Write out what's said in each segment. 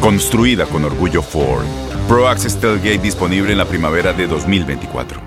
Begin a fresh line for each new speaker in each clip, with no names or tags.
Construida con orgullo Ford. Pro Access Tailgate disponible en la primavera de 2024.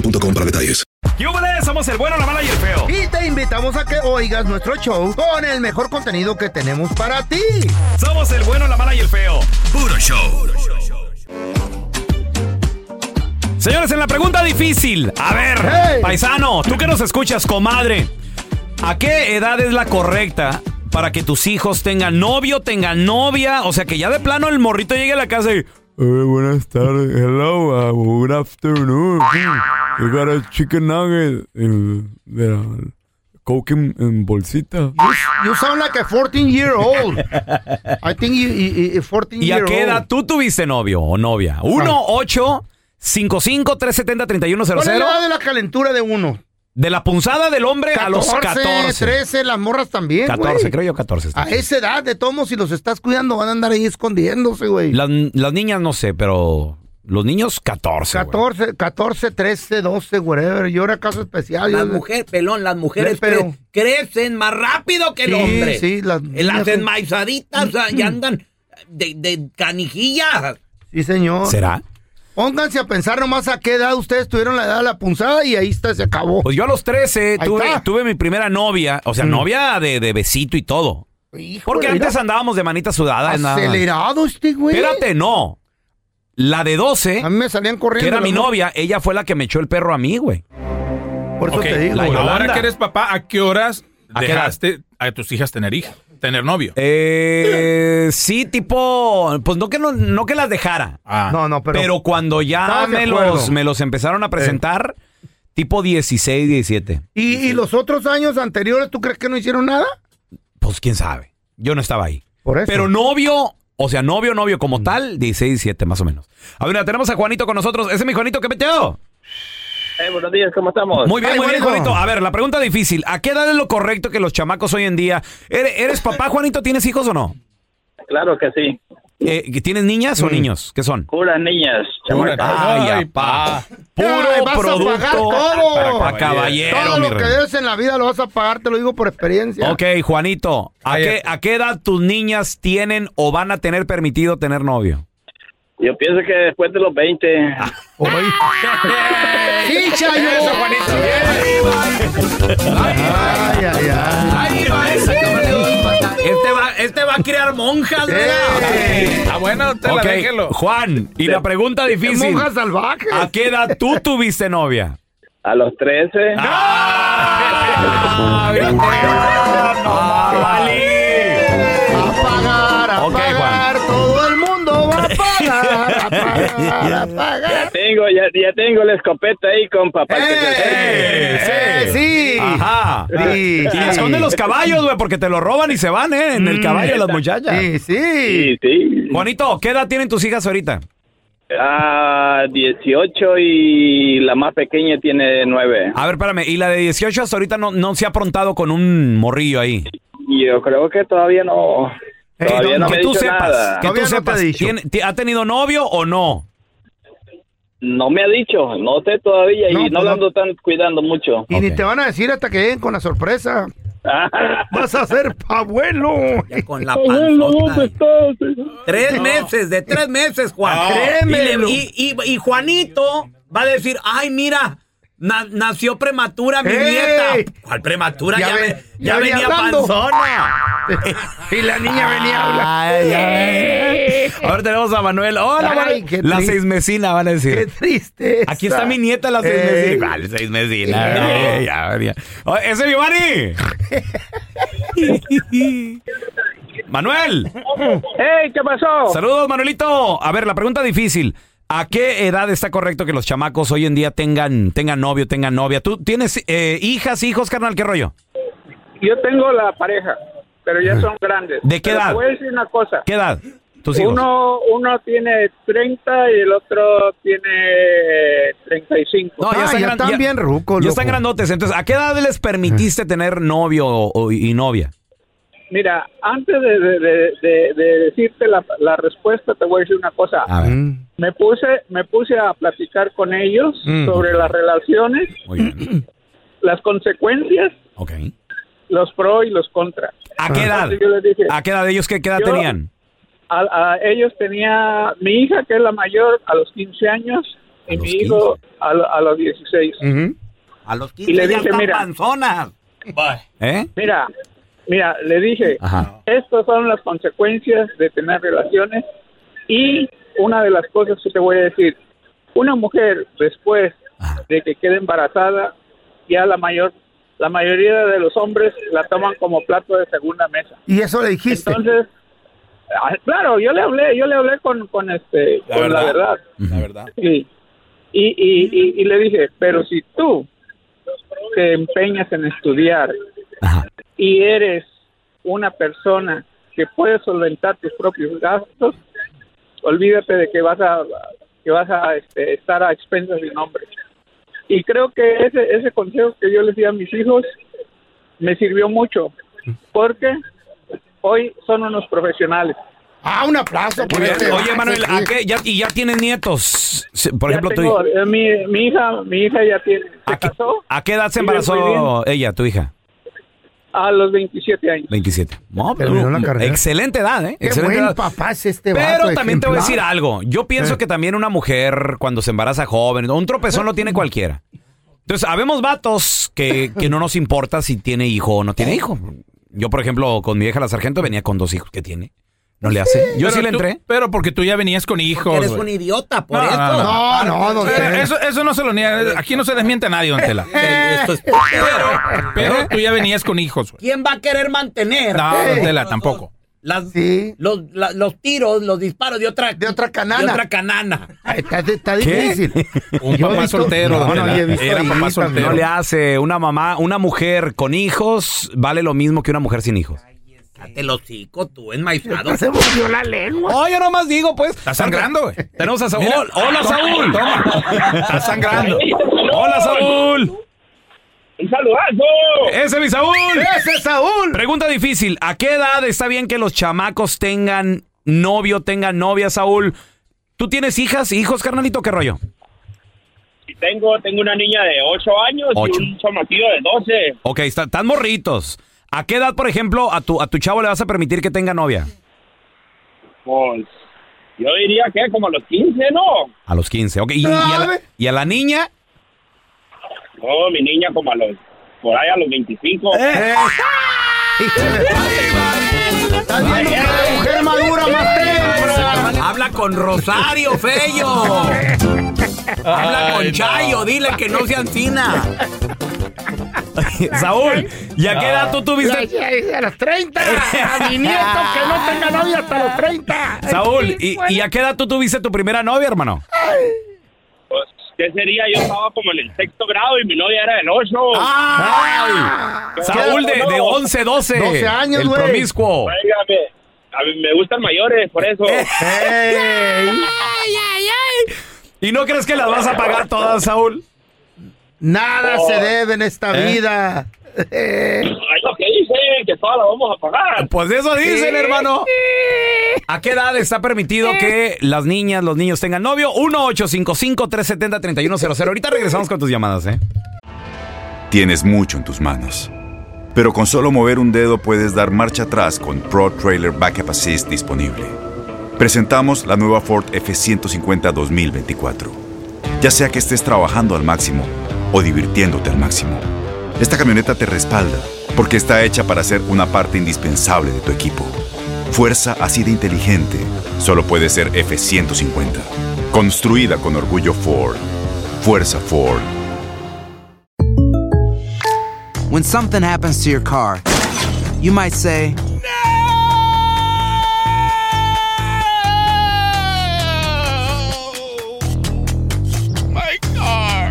para detalles.
¡Yúbales! Somos el bueno, la mala y el feo.
Y te invitamos a que oigas nuestro show con el mejor contenido que tenemos para ti.
Somos el bueno, la mala y el feo. Puro show. Señores, en la pregunta difícil. A ver,
Hey.
paisano, tú que nos escuchas, comadre. ¿A qué edad es la correcta para que tus hijos tengan novio, tengan novia? O sea, que ya de plano el morrito llegue a la casa y...
Hey, Eh, buenas tardes. Hello, uh, good afternoon. You got a chicken nugget in the coke en, en bolsita.
You sound like a 14 year old. I think you, you- you- 14
¿Y a
year
qué
old.
edad tú tuviste novio o novia?
Ah.
1 8 55 370
¿Cuál es la
3100
edad de la calentura de uno?
De la punzada del hombre a los 14.
13, las morras también.
14,
güey.
creo yo 14. está.
A esa edad, de todos modos, si los estás cuidando, van a andar ahí escondiéndose, güey.
Las, las niñas no sé, pero los niños 14. güey.
14, 14, 13, 12, whatever. Yo era caso especial.
Las
yo-
mujeres, pelón, las mujeres
Pero-
cre- crecen más rápido que el
Sí,
hombre.
sí,
las,
las niñas-
enmaizaditas o sea, ya andan de, de canijillas.
Sí, señor.
¿Será?
Pónganse a pensar nomás a qué edad ustedes tuvieron la edad de la punzada y ahí está, se acabó.
Pues yo a los 13
Ahí
tuve,
está. Mm.
tuve mi primera novia, o sea, novia de, de besito y todo. Porque
Híjole,
antes andábamos de manita sudada. nada.
Acelerado este güey.
Espérate, no. La de 12,
A mí me salían corriendo.
que era
las
mi
dos.
novia, ella fue la que me echó el perro a mí, güey.
Por eso
Ok,
te digo.
la
güey.
Yolanda.
ahora que eres papá, ¿a qué horas
¿A qué edad?
dejaste a tus hijas tener hija, tener novio?
Eh, sí, tipo, pues no que no, no que las dejara,
Ah.
No, no, pero.
pero, cuando ya
Estabas de
me
acuerdo.
los, me los empezaron a presentar, tipo 16, 17,
¿Y, y los otros años anteriores tú crees que no hicieron nada?
pues quién sabe, yo no estaba ahí.
Por eso. Mm.
Pero novio, o sea, novio, novio como tal, 16, 17 más o menos. A ver, mira, tenemos a Juanito con nosotros, ese es mi Juanito, ¿qué peteo?
buenos días, ¿cómo estamos?
Muy bien,
Ay,
muy bien,
Juanito.
Juanito. A ver, la pregunta difícil, ¿a qué edad es lo correcto que los chamacos hoy en día? ¿Eres, eres papá, Juanito? ¿Tienes hijos o no?
Claro que sí.
Eh, ¿Tienes niñas o niños? ¿Qué son?
Puras niñas.
Pura-
Ay,
Ay,
apá.
Ay,
Puro
vas a
producto
pagar todo.
para caballero,
Todo
mi
lo que
rey.
debes en la vida lo vas a pagar, te lo digo por experiencia.
Ok, Juanito, ¿a
Ay,
qué, ¿a qué edad tus niñas tienen o van a tener permitido tener novio?
Yo pienso que después de los 20.
Ah,
Sí, Chayo. Ay, ay, ay.
Este va, este va a crear monjas,
Eh,
Ah, bueno, te la déjelo.
Ok, Juan, y la pregunta difícil.
Monjas salvajes.
¿A qué edad tú tuviste novia?
A los 13.
¡Ah! ¡Ah, vale!
A pagar, a
Ok, Juan.
pagar. Todo el mundo va a pagar, a pagar, a pagar.
Tengo, ya, ya tengo la escopeta ahí con papá. que te-
Eh,
eh,
sí.
Ajá.
Sí,
Y
sí.
esconde los caballos, güey, porque te los roban y se van, ¿eh? En el caballo de las muchachas.
Sí, sí.
Sí, sí.
Juanito, ¿qué edad tienen tus hijas ahorita?
Ah, 18 y la más pequeña tiene 9.
A ver, espérame, y la de 18 hasta ahorita no, no se ha aprontado con un morrillo ahí.
Y yo creo que todavía no.
Que,
Todavía no
que
me he
tú
dicho
sepas,
nada.
que tú
Todavía no te
sepas,
he dicho.
¿tien- ti- ¿ha tenido novio o no?
No me ha dicho, no sé todavía
No,
y no
pues
lo
no.
ando tan cuidando mucho.
Y ni te van a decir hasta que lleguen con la sorpresa. Vas a ser abuelo.
Ya con la panzota. Tres meses, de tres meses, Juan.
Créemelo.
Ah. Y, le- y- y- y Juanito va a decir, ay, mira, na- nació prematura mi
¡Ey!
nieta. ¿Cuál prematura?
Ya
Ya,
ve-
ve-
ya
ya
venía
venía
hablando.
panzona.
y la niña venía a hablar.
Ay, ay. Ahora tenemos a Manuel. Hola,
Ay,
Manuel.
qué
La
triste.
seismesina, van a
Qué
decir.
triste.
Aquí está mi nieta, la
Eh.
seismesina. Vale, seismesina. Eh, ya, ya. Oh, ¡Ese Giovanni! Manuel,
¡Hey, qué pasó!
saludos, Manuelito. A ver, la pregunta difícil. ¿A qué edad está correcto que los chamacos hoy en día tengan, tengan novio, tengan novia? ¿Tú tienes eh, hijas, hijos, carnal? ¿Qué rollo?
Yo tengo la pareja, pero ya son grandes.
¿De qué
Pero
edad?
Te voy a decir una cosa.
¿Qué edad? ¿Tus hijos?
Uno, uno tiene 30 y el otro tiene 35.
No,
Ah,
ya, están,
ya
gran-
están bien rucos,
Ya están
loco.
grandotes. Entonces, ¿a qué edad les permitiste tener novio o- o- y novia?
Mira, antes de, de- de- de- de decirte la, la respuesta, te voy a decir una cosa.
A ver.
Mm.
Me puse, me puse a platicar con ellos
Mm.
sobre las relaciones,
Muy bien.
las consecuencias,
Ok.
los pro y los contra.
¿A
Ah.
qué edad?
Entonces yo les dije,
¿A qué edad ellos qué, qué edad
Yo-
tenían?
a, a ellos tenía mi hija, que es la mayor, a los 15 años, y mi hijo a, lo- a los 16.
Ujú.
A los
Y
15
le
ya
dije,
están
mira.
panzonas.
¿Eh?
Mira, mira, le dije,
Ajá.
estas son las consecuencias de tener relaciones y una de las cosas que te voy a decir, una mujer después
Ajá.
de que quede embarazada, ya la mayor, la mayoría de los hombres la toman como plato de segunda mesa.
Y eso le dijiste.
Entonces, ah, claro, yo le hablé, yo le hablé con, con este,
La
con la
verdad.
verdad.
La verdad.
Sí. Y, y, y, y le dije, pero si tú te empeñas en estudiar
Ajá.
y eres una persona que puede solventar tus propios gastos, olvídate de que vas a que vas a este, estar a expensas de un hombre. Y creo que ese ese consejo que yo les di a mis hijos me sirvió mucho, porque hoy son unos profesionales.
Ah, un aplauso. por este.
Oye, Eh, Manuel,
Sí.
¿a qué? Ya- ¿y ya tienes nietos? Sí, Por
Ya
ejemplo, tú.
tengo, eh, mi, mi hija, mi hija ya tiene, se
¿A qué,
casó
a qué edad se
Vive muy
embarazó ella, tu hija?
a los 27 años.
27. No, pero-
Terminó la carrera.
excelente edad, ¿eh?
Qué
Excelente
buen
edad.
papá es este vato,
Pero también te voy a decir
ejemplar.
algo. Yo pienso
Eh.
que también una mujer, cuando se embaraza joven, un tropezón lo tiene cualquiera. Entonces, habemos vatos que, que no nos importa si tiene hijo o no tiene hijo. Yo, por ejemplo, con mi vieja la sargento venía con dos hijos que tiene. No le hace. Yo
Pero
sí le
tú-
entré.
Pero porque tú ya venías con hijos.
Eres
güey.
un idiota por
No,
eso.
no,
No, no, don
Eh,
Tela.
Eso, eso no se lo niega. Aquí no se desmiente a nadie, don Tela.
Esto es-
Pero tú ya venías con hijos, güey.
¿Quién va a querer mantener?
No, don Tela, tampoco.
Las-
Eh. Sí.
los, la- los tiros, los disparos de otra,
De otra canana.
de otra canana.
Ay, Está, está difícil.
Un
Yo he
papá
visto-
soltero,
No,
don
no,
Tela.
yo he visto
Era
ahí
papá soltero.
No le hace. Una mamá, una mujer con hijos vale lo mismo que una mujer sin hijos.
Te los hocico, tú, enmaizado.
Se volvió la lengua.
Oye, no más digo, pues.
Está sangrando, güey.
Tenemos a Saúl.
Mira.
Hola, Saúl.
Está sangrando.
Hola, Saúl.
¡Un saludazo!
Ese es mi Saúl.
¡Ese es Saúl!
Pregunta difícil. ¿A qué edad está bien que los chamacos tengan novio, tengan novia, Saúl? ¿Tú tienes hijas, hijos, carnalito? ¿Qué rollo?
Tengo, tengo una niña de 8 años
Ocho.
y un chamaquillo de 12.
Ok, está- están morritos. ¿A qué edad, por ejemplo, a tu, a tu chavo le vas a permitir que tenga novia?
Pues yo diría que como a los 15, ¿no?
A los 15, ok. ¿Y, y a, la, y a la niña?
No, mi niña como a los, por ahí a los 25.
¡Eh!
¡Eh! Estás viendo que la mujer madura más temprano.
Habla con Rosario, Fello. Habla con Chayo, dile que no se ansina.
Saúl, ¿y a qué edad tú tuviste?
A los 30. A mi nieto que no tenga novia hasta los 30.
Saúl, ¿y, y a qué edad tú tuviste tu primera novia, hermano?
Pues, ¿qué sería? Yo estaba como en el sexto grado y mi novia era del 8.
¡Ay! Saúl de, de 11, 12.
12 años,
El
güey.
promiscuo.
a mí me gustan mayores, por eso.
Eh. ¿Y no crees que las vas a pagar todas, Saúl?
¿Eh?
Eh.
Nada se debe en esta vida.
Oh.
eh.
Ay, ok.
dicen que todas las vamos a pagar.
Pues eso dicen, hermano. ¿A qué edad está
Eh.
permitido que las niñas, los niños tengan novio? 1-855-370-3100. Ahorita regresamos con tus llamadas, ¿eh?
Tienes mucho en tus manos. Pero con solo mover un dedo puedes dar marcha atrás con Pro Trailer Backup Assist disponible. Presentamos la nueva Ford F150 2024. Ya sea que estés trabajando al máximo o divirtiéndote al máximo, esta camioneta te respalda porque está hecha para ser una parte indispensable de tu equipo. Fuerza así de inteligente solo puede ser F150. Construida con orgullo Ford. Fuerza Ford.
When something happens to your car, you might say, No!
My car!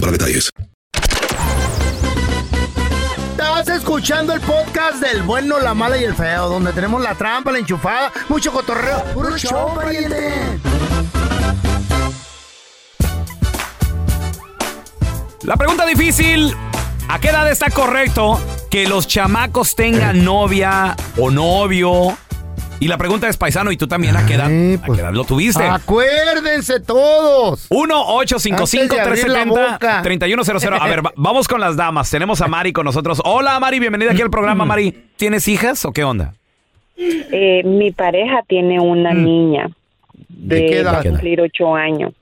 para detalles.
Estás escuchando el podcast del bueno, la mala y el feo, donde tenemos la trampa, la enchufada, mucho cotorreo. ¡Puro show, pariente!
La pregunta difícil, ¿a qué edad está correcto que los chamacos tengan novia o novio? Y la pregunta es, paisano, ¿y tú también a qué edad, a qué edad lo tuviste?
ah, Acuérdense todos.
1-855-370-3100. A ver, va- vamos con las damas. Tenemos a Mari con nosotros. Hola, Mari, bienvenida aquí al programa, Mari. ¿Tienes hijas o qué onda?
Eh, mi pareja tiene una niña de,
Mm. qué edad?
va a cumplir ocho años.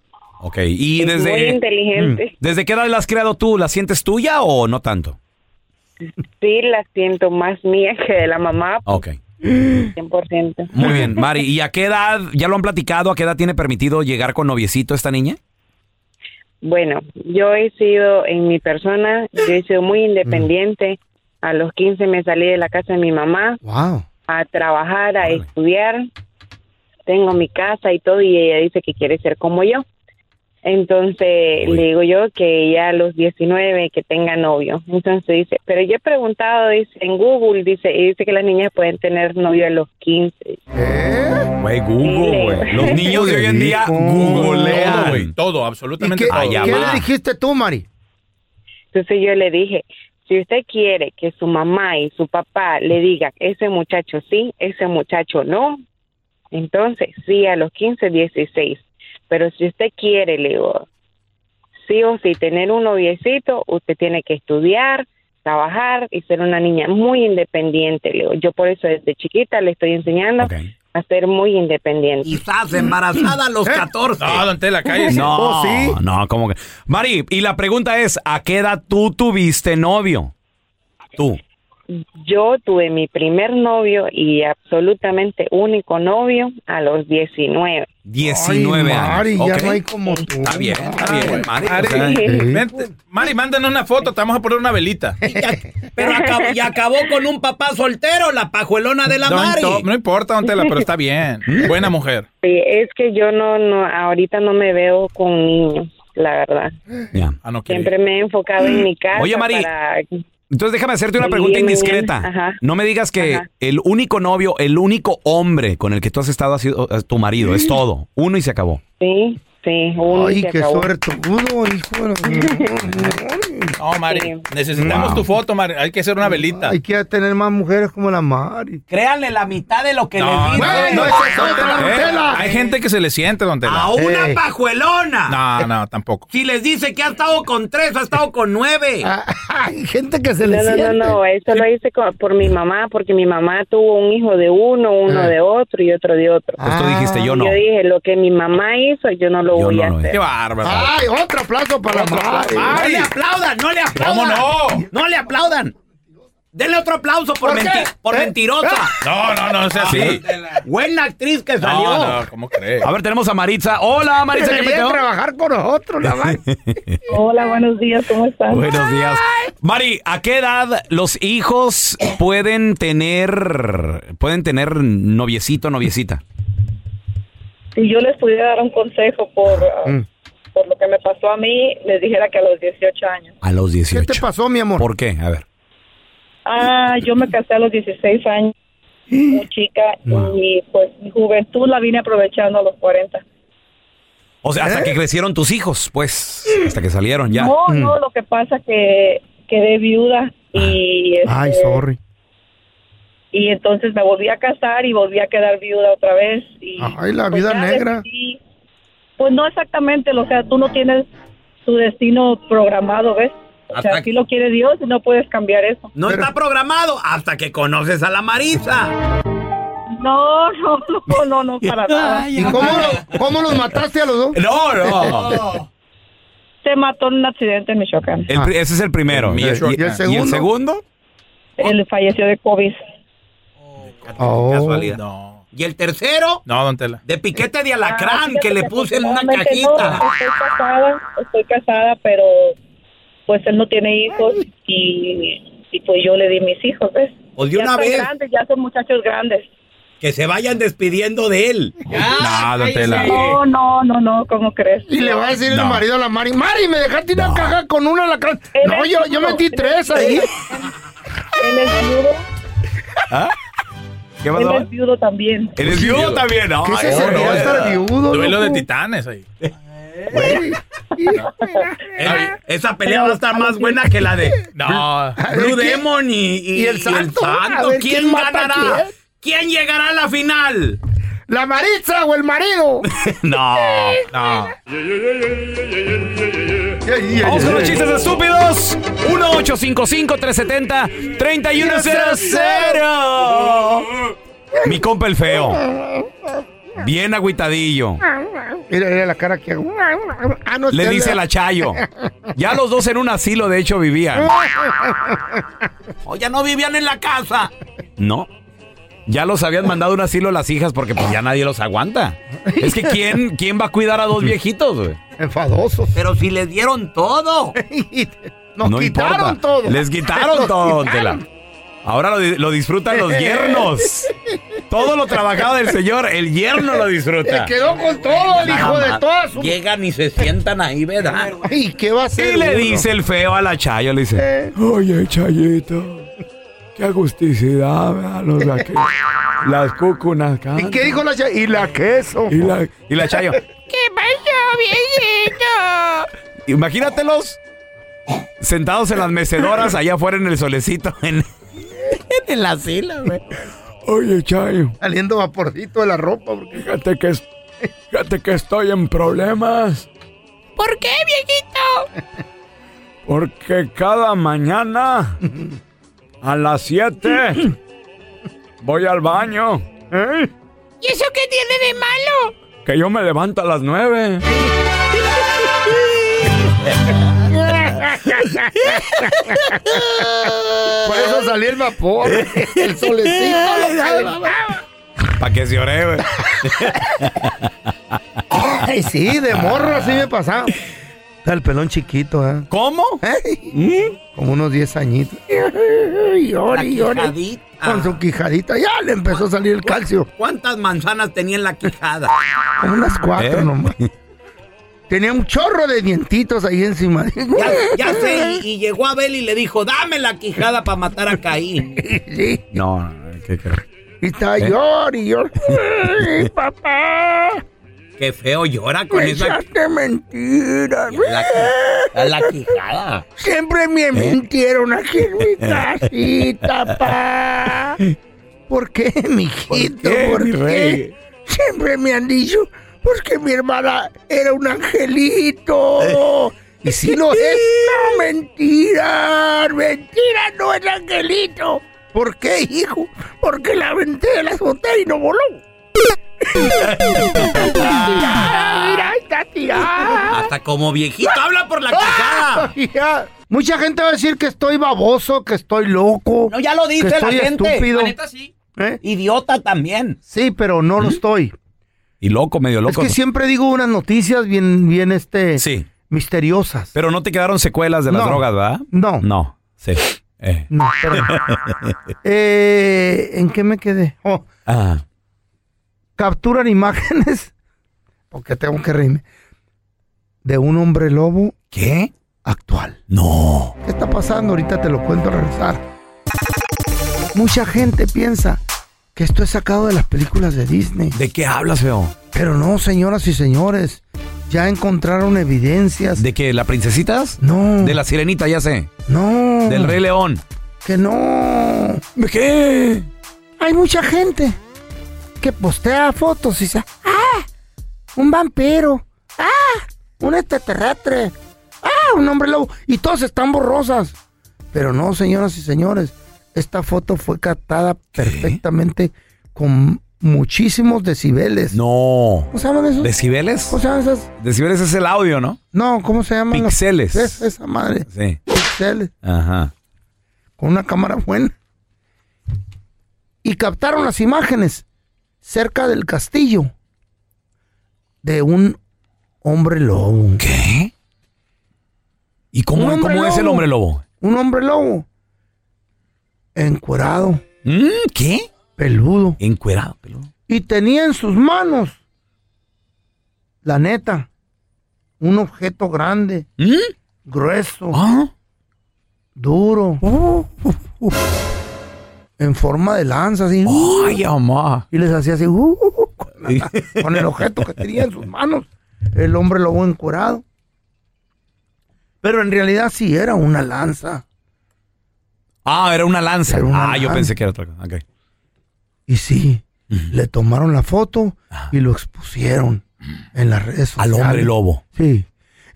Ok, y
Es
desde...
muy inteligente.
Mm. ¿Desde qué edad la has creado tú? ¿La sientes tuya o no tanto?
Sí, la siento más mía que de la mamá,
Ok.
100%.
Muy bien, Mari. ¿Y a qué edad, ya lo han platicado, a qué edad tiene permitido llegar con noviecito esta niña?
¿Eh?
Bueno, yo he sido en mi persona, yo he sido
Mm.
muy independiente. A los 15 me salí de la casa de mi mamá
Wow.
a trabajar, a estudiar. Tengo mi casa y todo y ella dice que quiere ser como yo. Entonces le digo yo que ya a los 19 que tenga novio. Entonces dice, pero yo he preguntado, dice en Google, dice, y dice que las niñas pueden tener novio a los 15.
Güey, Google, güey. Los niños de hoy en día googlean.
Todo, güey. Todo, absolutamente
¿Y qué-
todo.
qué le
dijiste tú, Mari?
Entonces yo le dije, si usted quiere que su mamá y su papá le digan, ese muchacho sí, ese muchacho no, entonces sí a los 15, 16. Pero si usted quiere, le digo, sí o sí tener un noviecito, usted tiene que estudiar, trabajar y ser una niña muy independiente, le digo. Yo por eso desde chiquita le estoy enseñando a ser muy independiente.
Estás embarazada a los 14. No,
don Tela,
cállese.
No,
Oh, sí.
no, ¿cómo que? Mari, y la pregunta es, ¿a qué edad tú tuviste novio? Tú.
Yo tuve mi primer novio y absolutamente único novio a los 19.
19 años. Ok.
como tú.
Está
bien, está bien, Mari.
Mari,
O sea, ¿eh?
vente. Mari, mándanos una foto, te vamos a poner una velita.
Pero acab- y acabó con un papá soltero, la pajuelona de la
Don
Mari.
To- no importa, don Tela, pero está bien. Buena mujer.
Sí, es que yo no, no, ahorita no me veo con niños, la verdad.
Ah, no, que-
Siempre me he enfocado en mi casa.
Oye, Mari,
para-
Entonces déjame hacerte una
Muy
pregunta
bien, muy bien.
indiscreta.
Ajá.
No me digas que
Ajá.
el único novio, el único hombre con el que tú has estado ha sido eh, tu marido,
Mm.
es todo. Uno y se acabó.
Sí, sí, uno y
Ay,
se
qué
acabó.
suertudo, hijo.
No, Mari, necesitamos
Wow.
tu foto, Mari. Hay que hacer una velita.
Hay que tener más mujeres como la Mari.
Créanle la mitad de lo que
No,
les digo.
no, no,
es eso, don Tela, don
Eh,
Tela.
Hay gente que se le siente, don Tela.
A una
Eh.
pajuelona.
No, no, tampoco.
Si les dice que ha estado con tres, ha estado con nueve.
Ah.
Hay gente que se
No, no, no, no, eso lo hice co- por mi mamá, porque mi mamá tuvo un hijo de uno, uno de otro Ah. y otro de otro.
Pues tú dijiste, yo no.
Yo dije, lo que mi mamá hizo, yo no lo voy a hacer.
Qué bárbaro.
Ah.
¡Ay, otro aplauso para la madre!
No le aplaudan, no le aplaudan.
¿Cómo
no? No le aplaudan. Denle otro aplauso por,
¿Por qué?
menti- por
¿Eh?
mentirosa. Ah,
No, no, no, es así.
Buena actriz que salió.
No, no, ¿cómo crees?
A ver, tenemos a Maritza. Hola, Maritza, Ah, ¿qué
Debería
peteo?
trabajar con nosotros, la madre.
Hola, buenos días, ¿cómo están?
Buenos días. Mari, ¿a qué edad los hijos pueden tener pueden tener noviecito, noviecita?
Si yo les pudiera dar un consejo por, uh,
Mm.
por lo que me pasó a mí, les dijera que a los 18 años.
A los 18. ¿Qué te
pasó, mi amor?
¿Por qué? A ver.
Ah, yo me casé a los 16 años, muy chica, y pues mi juventud la vine aprovechando a los 40.
O sea, hasta que crecieron tus hijos, pues, hasta que salieron ya. Mm.
No, no, lo que pasa que quedé viuda y...
Ay,
este,
sorry.
Y entonces me volví a casar y volví a quedar viuda otra vez. Y, pues,
Ay, la vida
ya
negra.
decidí- pues no exactamente, o sea, tú no tienes tu destino programado, ¿ves? O sea,
Ataque.
aquí lo quiere Dios y no puedes cambiar eso.
No está programado hasta que conoces a la Maritza.
No, no, no, no, no, para nada.
¿Y cómo, lo- cómo los mataste a los dos?
No, no.
Se mató en un accidente en Michoacán.
El pri- ese es Ah. el primero. ¿Y, y- y el segundo?
Él falleció de COVID.
Casualidad.
Oh.
Y el tercero,
No, don Tela.
de piquete de alacrán
Ah,
que le
fíjate
puse en una
afortunadamente no,
cajita.
estoy casada, estoy casada, pero pues él no tiene hijos y, y pues yo le di mis hijos, ¿ves?
Pues de
ya
una
están
vez.
grandes, ya son muchachos grandes.
Que se vayan despidiendo de él.
No, don Tela.
No, no, no, no, ¿cómo crees?
Y le va a decir
No.
el marido a la Mari, Mari, me dejaste una caja con una alacrán. No, yo, yo metí tres ahí.
Él es viudo,
¿Ah? ¿Qué
él
pasó?
es viudo también.
¿Eres viudo también? ¿no?
¿Qué se
Ay,
sentía
no,
estar
no.
viudo,
eh, Duelo de
loco?
titanes ahí.
Eh, esa pelea va a estar más buena que la de
No.
Blue Demon y, y-
y el
y
santo? A
¿Quién,
ver, ¿quién mata a
ganará? ¿Quién llegará a la final?
¿La Maritza o el marido?
No, no. Vamos con los chistes estúpidos. 1-855-370-3100. Mi compa el feo. Bien agüitadillo.
Mira, mira la cara que hago. Ah, no,
Le
usted
dice
le-
la Chayo. Ya los dos en un asilo, de hecho, vivían.
O ya no vivían en la casa.
No. Ya los habían mandado a un asilo las hijas porque pues ya nadie los aguanta. Es que ¿quién, quién va a cuidar a dos viejitos? güey?
Enfadosos.
Pero si les dieron todo.
Nos quitaron todo.
Les quitaron
Nos
todo, don
quitaron.
Tela. Ahora lo, di- lo disfrutan los yernos. Todo lo trabajado del señor, el yerno lo disfruta.
Se quedó con todo el
Nada
hijo de
más.
todas. su-
Llegan y se sientan ahí, ¿verdad?
¿Y qué va a hacer?
Y le
uno?
dice el feo a la Chayo, le dice,
Oye, Chayito, qué agusticidad, ¿verdad? Los aquí. Las cucunas
¿Y
cantan.
qué dijo la Chayo? Y la queso.
Y la,
y la Chayo,
¿Qué pasó, viejito?
imagínatelos sentados en las mecedoras allá afuera en el solecito. en-
En la sila, güey.
oye, Chayo,
Saliendo vaporcito de la ropa. Porque...
fíjate que, es- fíjate que estoy en problemas
¿Por qué, viejito?
porque cada mañana a las 7 voy al baño.
¿Eh?
¿Y eso qué tiene de malo?
Que yo me levanto a las 9.
Por eso salió el vapor. El solecito. lo calentaba.
Pa' que se ore, güey.
Ay, sí, de morro así me pasaba. Está el pelón chiquito, ¿eh?
¿Cómo?
Ey, Como unos 10 añitos.
La
Llori, llori. Con
quijadita.
su quijadita. Ya le empezó a salir el calcio.
¿Cuántas manzanas tenía en la quijada?
Como unas cuatro
¿Eh?
nomás. Tenía un chorro de dientitos ahí encima.
Ya, ya sé, y, y llegó Abel y le dijo, dame la quijada para matar a Caín.
Sí,
No, no, no, ¿qué crees?
y estaba
¿Eh?
llori, llori. Ay, papá,
Qué feo llora con
me
esa
echaste mentiras.
la, qui- la quijada.
Siempre me mintieron aquí en mi casita, pa. ¿Por qué, mijito?
qué,
¿Por
mi
qué?
rey?
Siempre me han dicho, porque mi hermana era un angelito. Y si lo es, no, mentira. Mentira, no es angelito. ¿Por qué, hijo? Porque la aventé de la azotea y no voló. Mira, mira, ahí está.
a
Ah.
tirar.
Hasta como viejito habla por la quijada.
Ya. Mucha gente va a decir que estoy baboso, que estoy loco.
No, ya lo dice
que
la
estoy
gente.
Estúpido.
La neta, sí.
Idiota también. ¿Eh? Sí, pero no lo estoy.
Y loco, medio loco.
Es que siempre digo unas noticias bien, bien este.
Sí.
Misteriosas.
Pero no te quedaron secuelas de las
No.
drogas, ¿verdad?
No.
No, sí. Eh.
No, pero- Eh, ¿En qué me quedé? Oh,
Ah.
capturan imágenes. Porque tengo que reírme. De un hombre lobo. ¿Qué? Actual.
No.
¿Qué está pasando? Ahorita te lo cuento al regresar. Mucha gente piensa que esto es sacado de las películas de Disney.
¿De qué hablas, feo?
Pero no, señoras y señores. Ya encontraron evidencias.
¿De qué? ¿La princesitas?
No.
De la sirenita, ya sé.
No.
Del Rey León.
Que no. ¿De qué? Hay mucha gente que postea fotos y dice, ¡ah! Un vampiro. ¡ah! Un extraterrestre. ¡ah! Un hombre lobo. Y todas están borrosas. Pero no, señoras y señores, esta foto fue captada perfectamente con muchísimos decibeles.
No.
¿Cómo se llaman esos?
¿Decibeles?
¿Cómo se llaman esas?
Decibeles es el audio, ¿no?
No, ¿cómo se llaman? las-
Pixeles.
Es- esa madre.
Sí.
Pixeles.
Ajá.
con una cámara buena. Y captaron las imágenes cerca del castillo de un hombre lobo.
¿Qué? ¿Y
Un
cómo,
hombre
cómo es el
lobo.
hombre lobo?
Un hombre lobo. Encuerado.
Mm, ¿Qué?
Peludo.
Encuerado, peludo.
Y tenía en sus manos, la neta, un objeto grande,
¿Mm?
grueso,
Ah.
duro,
Uh,
en forma de lanza, así.
¡Ay, mamá!
Y les hacía así, uh, uh, uh, con, la- con el objeto que tenía en sus manos, el hombre lobo encurado. Pero en realidad sí era una lanza.
Ah, era una lanza.
Era una
ah, yo
lanza.
pensé que era otra cosa. Ok.
Y sí, le tomaron la foto y lo expusieron en las redes
Ah. Mm. Al
sociales.
hombre lobo.
Sí.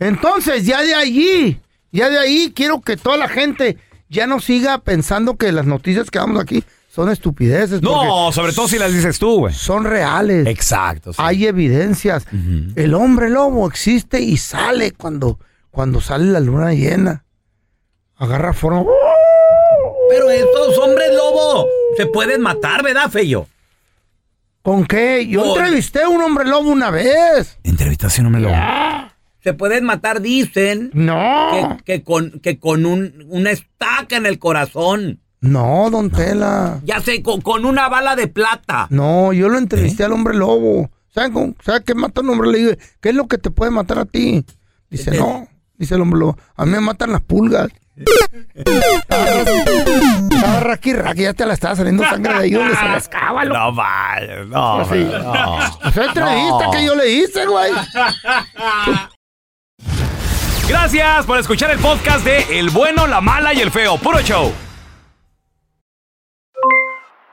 Entonces, ya de allí, ya de ahí, quiero que toda la gente ya no siga pensando que las noticias que damos aquí son estupideces.
No,
porque
sobre todo si las dices tú, güey.
Son reales.
Exacto.
Hay evidencias. El hombre lobo existe y sale cuando, cuando sale la luna llena. Agarra forma. ¡uh!
Pero estos hombres lobo se pueden matar, ¿verdad, Feyo?
¿Con qué? Yo
Con-
entrevisté a un hombre lobo una vez.
¿Entrevistaste a un hombre lobo?
Se pueden matar, dicen.
No.
Que, que con, que con un, una estaca en el corazón.
No, don Tela.
Ya sé, con, con una bala de plata.
No, yo lo
¿Eh?
entrevisté al hombre lobo. ¿Saben cómo- ¿Sabe qué mata a un hombre? Le dije, ¿qué es lo que te puede matar a ti? Dice, no. Dice el hombre lobo, a mí me matan las pulgas. Estaba raqui, raqui, ya te la estaba saliendo sangre de ahí donde se rascaba. loco.
No vayas, no.
Sí.
no.
Esa entrevista
No.
que yo le hice, güey.
Gracias por escuchar el podcast de El Bueno, la Mala y el Feo. Puro show.